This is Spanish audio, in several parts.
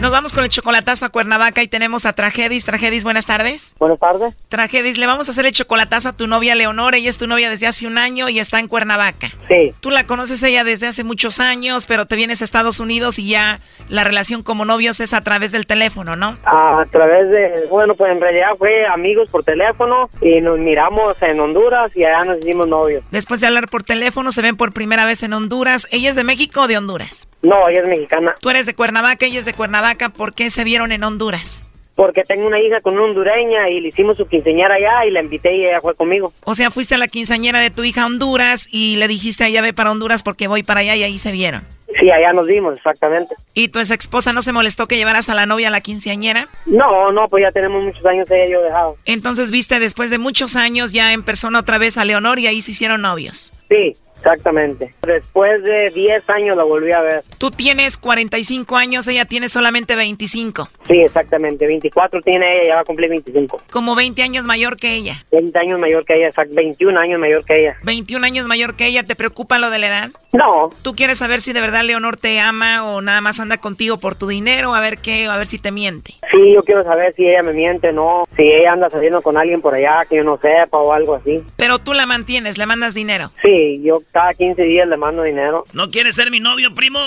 Nos vamos con el chocolatazo a Cuernavaca y tenemos a Tragedis. Tragedis, buenas tardes. Buenas tardes. Tragedis, le vamos a hacer el chocolatazo a tu novia Leonora. Ella es tu novia desde hace un año y está en Cuernavaca. Sí, Tú la conoces a ella desde hace muchos años, pero te vienes a Estados Unidos y ya la relación como novios es a través del teléfono, ¿no? a través de, bueno, pues en realidad fue amigos por teléfono y nos miramos en Honduras y allá nos hicimos novios. Después de hablar por teléfono, se ven por primera vez en Honduras. ¿Ella es de México o de Honduras? No, ella es mexicana, Tú eres de Cuernavaca, ella es de Cuernavaca. ¿Por qué se vieron en Honduras? porque tengo una hija con una hondureña y le hicimos su quinceañera allá y la invité y ella fue conmigo. O sea, fuiste a la quinceañera de tu hija a Honduras y le dijiste, allá ve para Honduras porque voy para allá y ahí se vieron. Sí, allá nos vimos, exactamente. ¿Y tu ex esposa no se molestó que llevaras a la novia a la quinceañera? No, no, pues ya tenemos muchos años ella y yo dejados. Entonces viste después de muchos años ya en persona otra vez a Leonor y ahí se hicieron novios. Sí, exactamente. Después de 10 años la volví a ver. Tú tienes 45 años, ella tiene solamente 25, Sí, exactamente. 24 tiene ella, ya va a cumplir 25. como 20 años mayor que ella. 20 años mayor que ella, exacto. 21 años mayor que ella. 21 años mayor que ella, ¿te preocupa lo de la edad? No, ¿Tú quieres saber si de verdad Leonor te ama o nada más anda contigo por tu dinero? A ver qué, a ver si te miente. Sí, yo quiero saber si ella me miente, no, si ella anda saliendo con alguien por allá que yo no sepa o algo así. Pero tú la mantienes, le mandas dinero. Sí, yo cada 15 días le mando dinero. ¿No quieres ser mi novio, primo?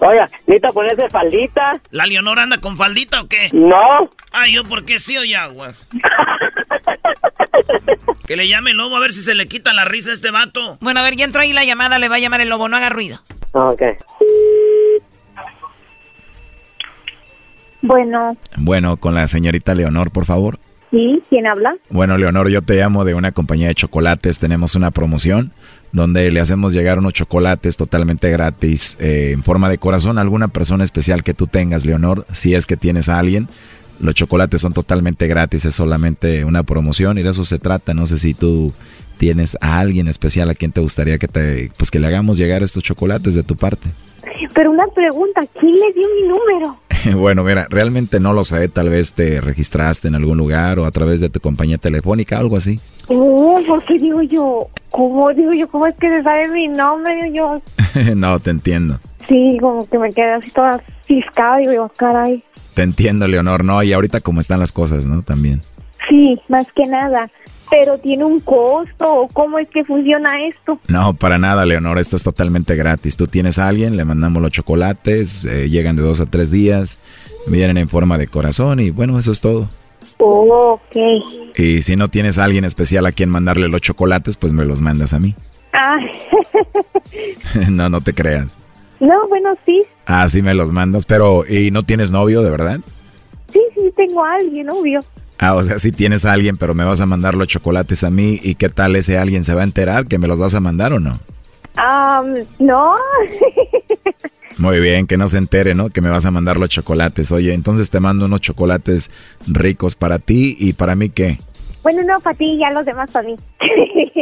Oiga, ¿necesita ponerse faldita? ¿La Leonora anda con faldita o qué? No. Ay, yo porque sí oye agua. Que le llame el lobo a ver si se le quita la risa a este vato. Bueno, a ver, ya entró ahí la llamada, le va a llamar el lobo, no haga ruido. Ah, Ok. Bueno, Bueno, con la señorita Leonor, por favor. sí, ¿quién habla? Bueno, Leonor, yo te llamo de una compañía de chocolates. Tenemos una promoción donde le hacemos llegar unos chocolates totalmente gratis eh, en forma de corazón a alguna persona especial que tú tengas, Leonor. Si es que tienes a alguien, los chocolates son totalmente gratis, es solamente una promoción y de eso se trata. No sé si tú tienes a alguien especial a quien te gustaría que te, pues que le hagamos llegar estos chocolates de tu parte. Pero una pregunta, ¿quién le dio mi número? Bueno, mira, realmente no lo sé, tal vez te registraste en algún lugar o a través de tu compañía telefónica, algo así. Oh, porque digo yo, ¿cómo digo yo? ¿Cómo es que se sabe mi nombre? Digo Yo, no, te entiendo. sí, como que me quedé así toda ciscada, digo yo, "Ah, caray. Te entiendo, Leonor, no, y ahorita como están las cosas, ¿no? También. Sí, más que nada. Pero tiene un costo, ¿o ¿cómo es que funciona esto? No, para nada, Leonor, esto es totalmente gratis. Tú tienes a alguien, le mandamos los chocolates, eh, llegan de dos a tres días, vienen en forma de corazón y bueno, eso es todo. Oh, ok. Y si no tienes a alguien especial a quien mandarle los chocolates, pues me los mandas a mí. Ah, no, no te creas. no, bueno, sí, Ah, sí me los mandas, pero ¿y no tienes novio, de verdad? sí, sí, tengo a alguien, obvio. Ah, o sea, si tienes a alguien, pero me vas a mandar los chocolates a mí y qué tal ese alguien se va a enterar que me los vas a mandar o no. Ah, no. Muy bien, que no se entere, ¿no? Que me vas a mandar los chocolates. Oye, entonces te mando unos chocolates ricos para ti y para mí qué. Bueno, no, para ti y ya los demás para mí.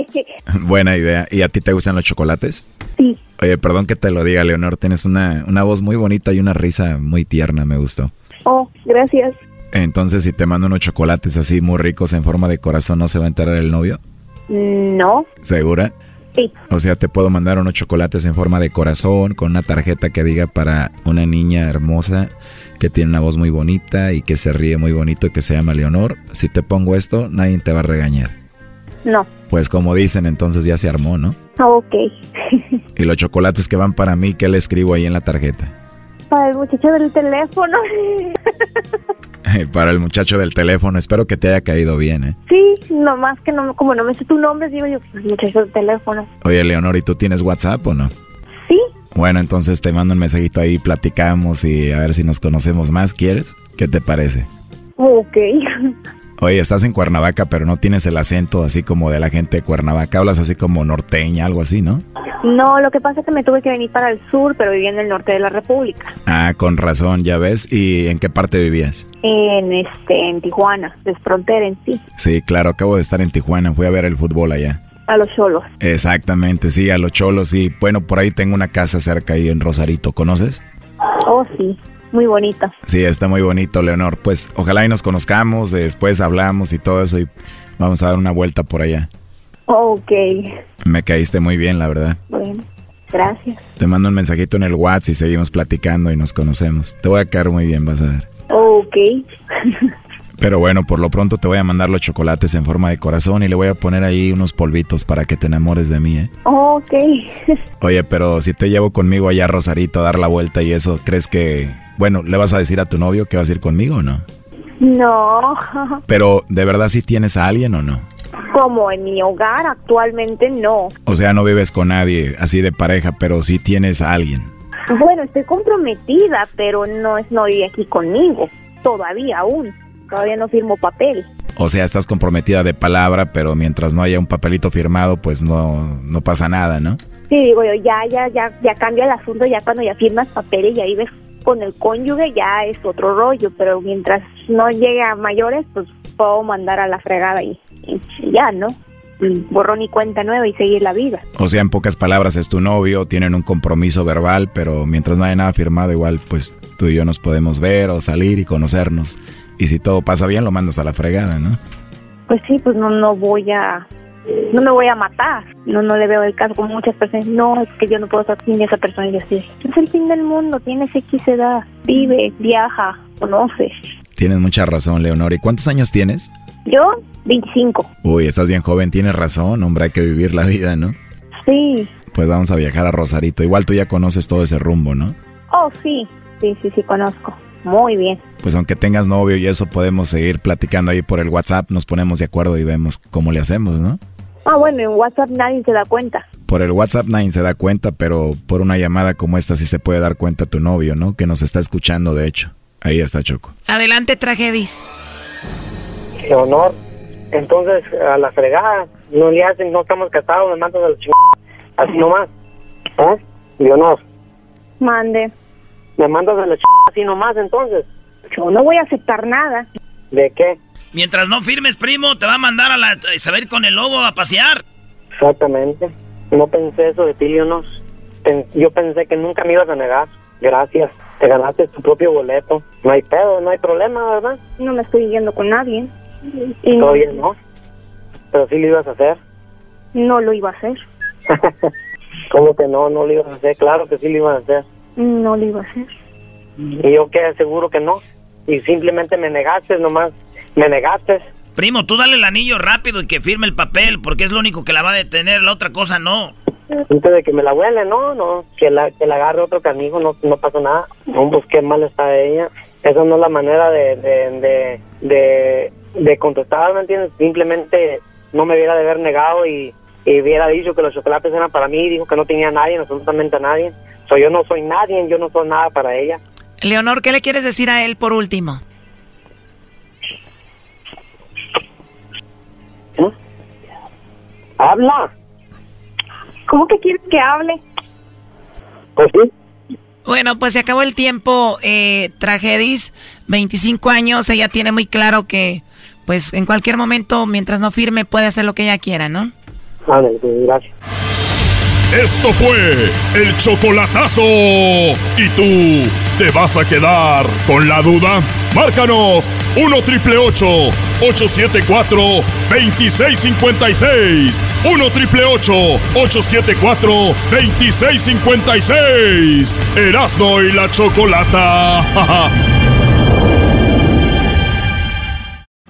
Buena idea. ¿Y a ti te gustan los chocolates? sí, Oye, perdón que te lo diga, Leonor. Tienes una, una voz muy bonita y una risa muy tierna, me gustó. oh, gracias. Entonces, si te mando unos chocolates así muy ricos en forma de corazón, ¿no se va a enterar el novio? No, ¿Segura? sí, O sea, te puedo mandar unos chocolates en forma de corazón, con una tarjeta que diga para una niña hermosa que tiene una voz muy bonita y que se ríe muy bonito y que se llama Leonor. Si te pongo esto, nadie te va a regañar. no. Ah, Pues como dicen, entonces ya se armó, ¿no? Ok. Y los chocolates que van para mí, ¿qué le escribo ahí en la tarjeta? para el muchacho del teléfono. Eh, Para el muchacho del teléfono, espero que te haya caído bien, ¿eh? sí, nomás que no, como no me sé tu nombre, digo yo, pues muchacho del teléfono. Oye, Leonor, ¿y tú tienes WhatsApp o no? Sí, Bueno, entonces te mando un mensajito ahí, platicamos y a ver si nos conocemos más, ¿quieres? ¿Qué te parece? ok. Oye, estás en Cuernavaca, pero no tienes el acento así como de la gente de Cuernavaca, hablas así como norteña, algo así, ¿no? no, lo que pasa es que me tuve que venir para el sur, pero vivía en el norte de la República, Ah, con razón, ya ves. ¿Y en qué parte vivías? en este, en Tijuana, de frontera en sí, Sí, claro, acabo de estar en Tijuana, fui a ver el fútbol allá. a los cholos. Exactamente, sí, a los cholos, sí. Bueno, por ahí tengo una casa cerca ahí en Rosarito, ¿conoces? Oh, sí, muy bonita. Sí, está muy bonito, Leonor. Pues ojalá y nos conozcamos, eh, después hablamos y todo eso y vamos a dar una vuelta por allá. Oh, Ok, Me caíste muy bien, la verdad. bueno, gracias. Te mando un mensajito en el WhatsApp y seguimos platicando y nos conocemos. Te voy a caer muy bien, vas a ver. Oh, Ok, Pero bueno, por lo pronto te voy a mandar los chocolates en forma de corazón y le voy a poner ahí unos polvitos para que te enamores de mí, ¿eh? Oh, ok. Oye, pero si te llevo conmigo allá a Rosarito a dar la vuelta y eso, ¿crees que... Bueno, ¿le vas a decir a tu novio que vas a ir conmigo o no? no, Pero, ¿de verdad sí tienes a alguien o no? como en mi hogar actualmente no. O sea, no vives con nadie así de pareja, pero sí tienes a alguien. Bueno, estoy comprometida, pero no es no vive aquí conmigo. Todavía aún. Todavía no firmo papel. O sea, estás comprometida de palabra, pero mientras no haya un papelito firmado, pues no, no pasa nada, ¿no? Sí, digo yo, ya, ya, ya, ya cambia el asunto, ya cuando ya firmas papeles, ya vives con el cónyuge, ya es otro rollo, pero mientras no llegue a mayores, pues puedo mandar a la fregada y, y ya, ¿no? Y borrón y cuenta nueva y seguir la vida. O sea, en pocas palabras es tu novio, tienen un compromiso verbal, pero mientras no haya nada firmado, igual pues tú y yo nos podemos ver o salir y conocernos. Y si todo pasa bien, lo mandas a la fregada, ¿no? Pues sí, pues no, no voy a, no me voy a matar. No, no le veo el caso como muchas personas. No, es que yo no puedo estar sin esa persona. Y yo así, es el fin del mundo, tienes X edad, vive, viaja, conoce. Tienes mucha razón, Leonor. ¿Y cuántos años tienes? Yo, 25. Uy, estás bien joven, tienes razón, hombre, hay que vivir la vida, ¿no? Sí. Pues vamos a viajar a Rosarito. Igual tú ya conoces todo ese rumbo, ¿no? Oh, sí. Sí, sí, sí, conozco. Muy bien. Pues aunque tengas novio y eso, podemos seguir platicando ahí por el WhatsApp, nos ponemos de acuerdo y vemos cómo le hacemos, ¿no? Ah, bueno, en WhatsApp nadie se da cuenta. Por el WhatsApp nadie se da cuenta, pero por una llamada como esta sí se puede dar cuenta tu novio, ¿no? Que nos está escuchando, de hecho. Ahí está Choco. Adelante, tragedis. Qué honor. Entonces, a la fregada, no le hacen, no estamos casados, me mandas a la chingada. Así nomás. ¿Eh? Leonor, Mande. me mandas a la chingada así nomás entonces. Yo no voy a aceptar nada. ¿De qué? Mientras no firmes, primo, te va a mandar a la... Se va a ir con el lobo a pasear. Exactamente. No pensé eso de ti, Leonor. Pen- yo pensé que nunca me ibas a negar. Gracias. Te ganaste tu propio boleto. No hay pedo, no hay problema, ¿verdad? No me estoy yendo con nadie. Y no, Todavía no. Pero sí lo ibas a hacer. no lo iba a hacer. ¿Cómo que no? No lo ibas a hacer. Claro que sí lo ibas a hacer. No lo iba a hacer. Y yo quedé seguro que no. Y simplemente me negaste nomás. Me negaste. Primo, tú dale el anillo rápido y que firme el papel, porque es lo único que la va a detener, la otra cosa no. Antes de que me la huele, no, no. Que la, que la agarre otro canijo, no, no pasa nada. No, pues qué mal está ella. Esa no es la manera de, de, de, de, de contestar, ¿me entiendes? Simplemente no me hubiera de haber negado y, y hubiera dicho que los chocolates eran para mí. Dijo que no tenía a nadie, absolutamente a nadie. So, yo no soy nadie, yo no soy nada para ella. Leonor, ¿qué le quieres decir a él por último? ¿Eh? ¡Habla! ¿Cómo que quieres que hable? Pues sí. Bueno, pues se acabó el tiempo, eh, Tragedis, 25 años, ella tiene muy claro que pues en cualquier momento, mientras no firme, puede hacer lo que ella quiera, ¿no? Ándale, pues, gracias. Esto fue el chocolatazo. ¿Y tú te vas a quedar con la duda? Márcanos 1 triple 874 2656. 1 triple 874 2656. Erasno y la chocolata.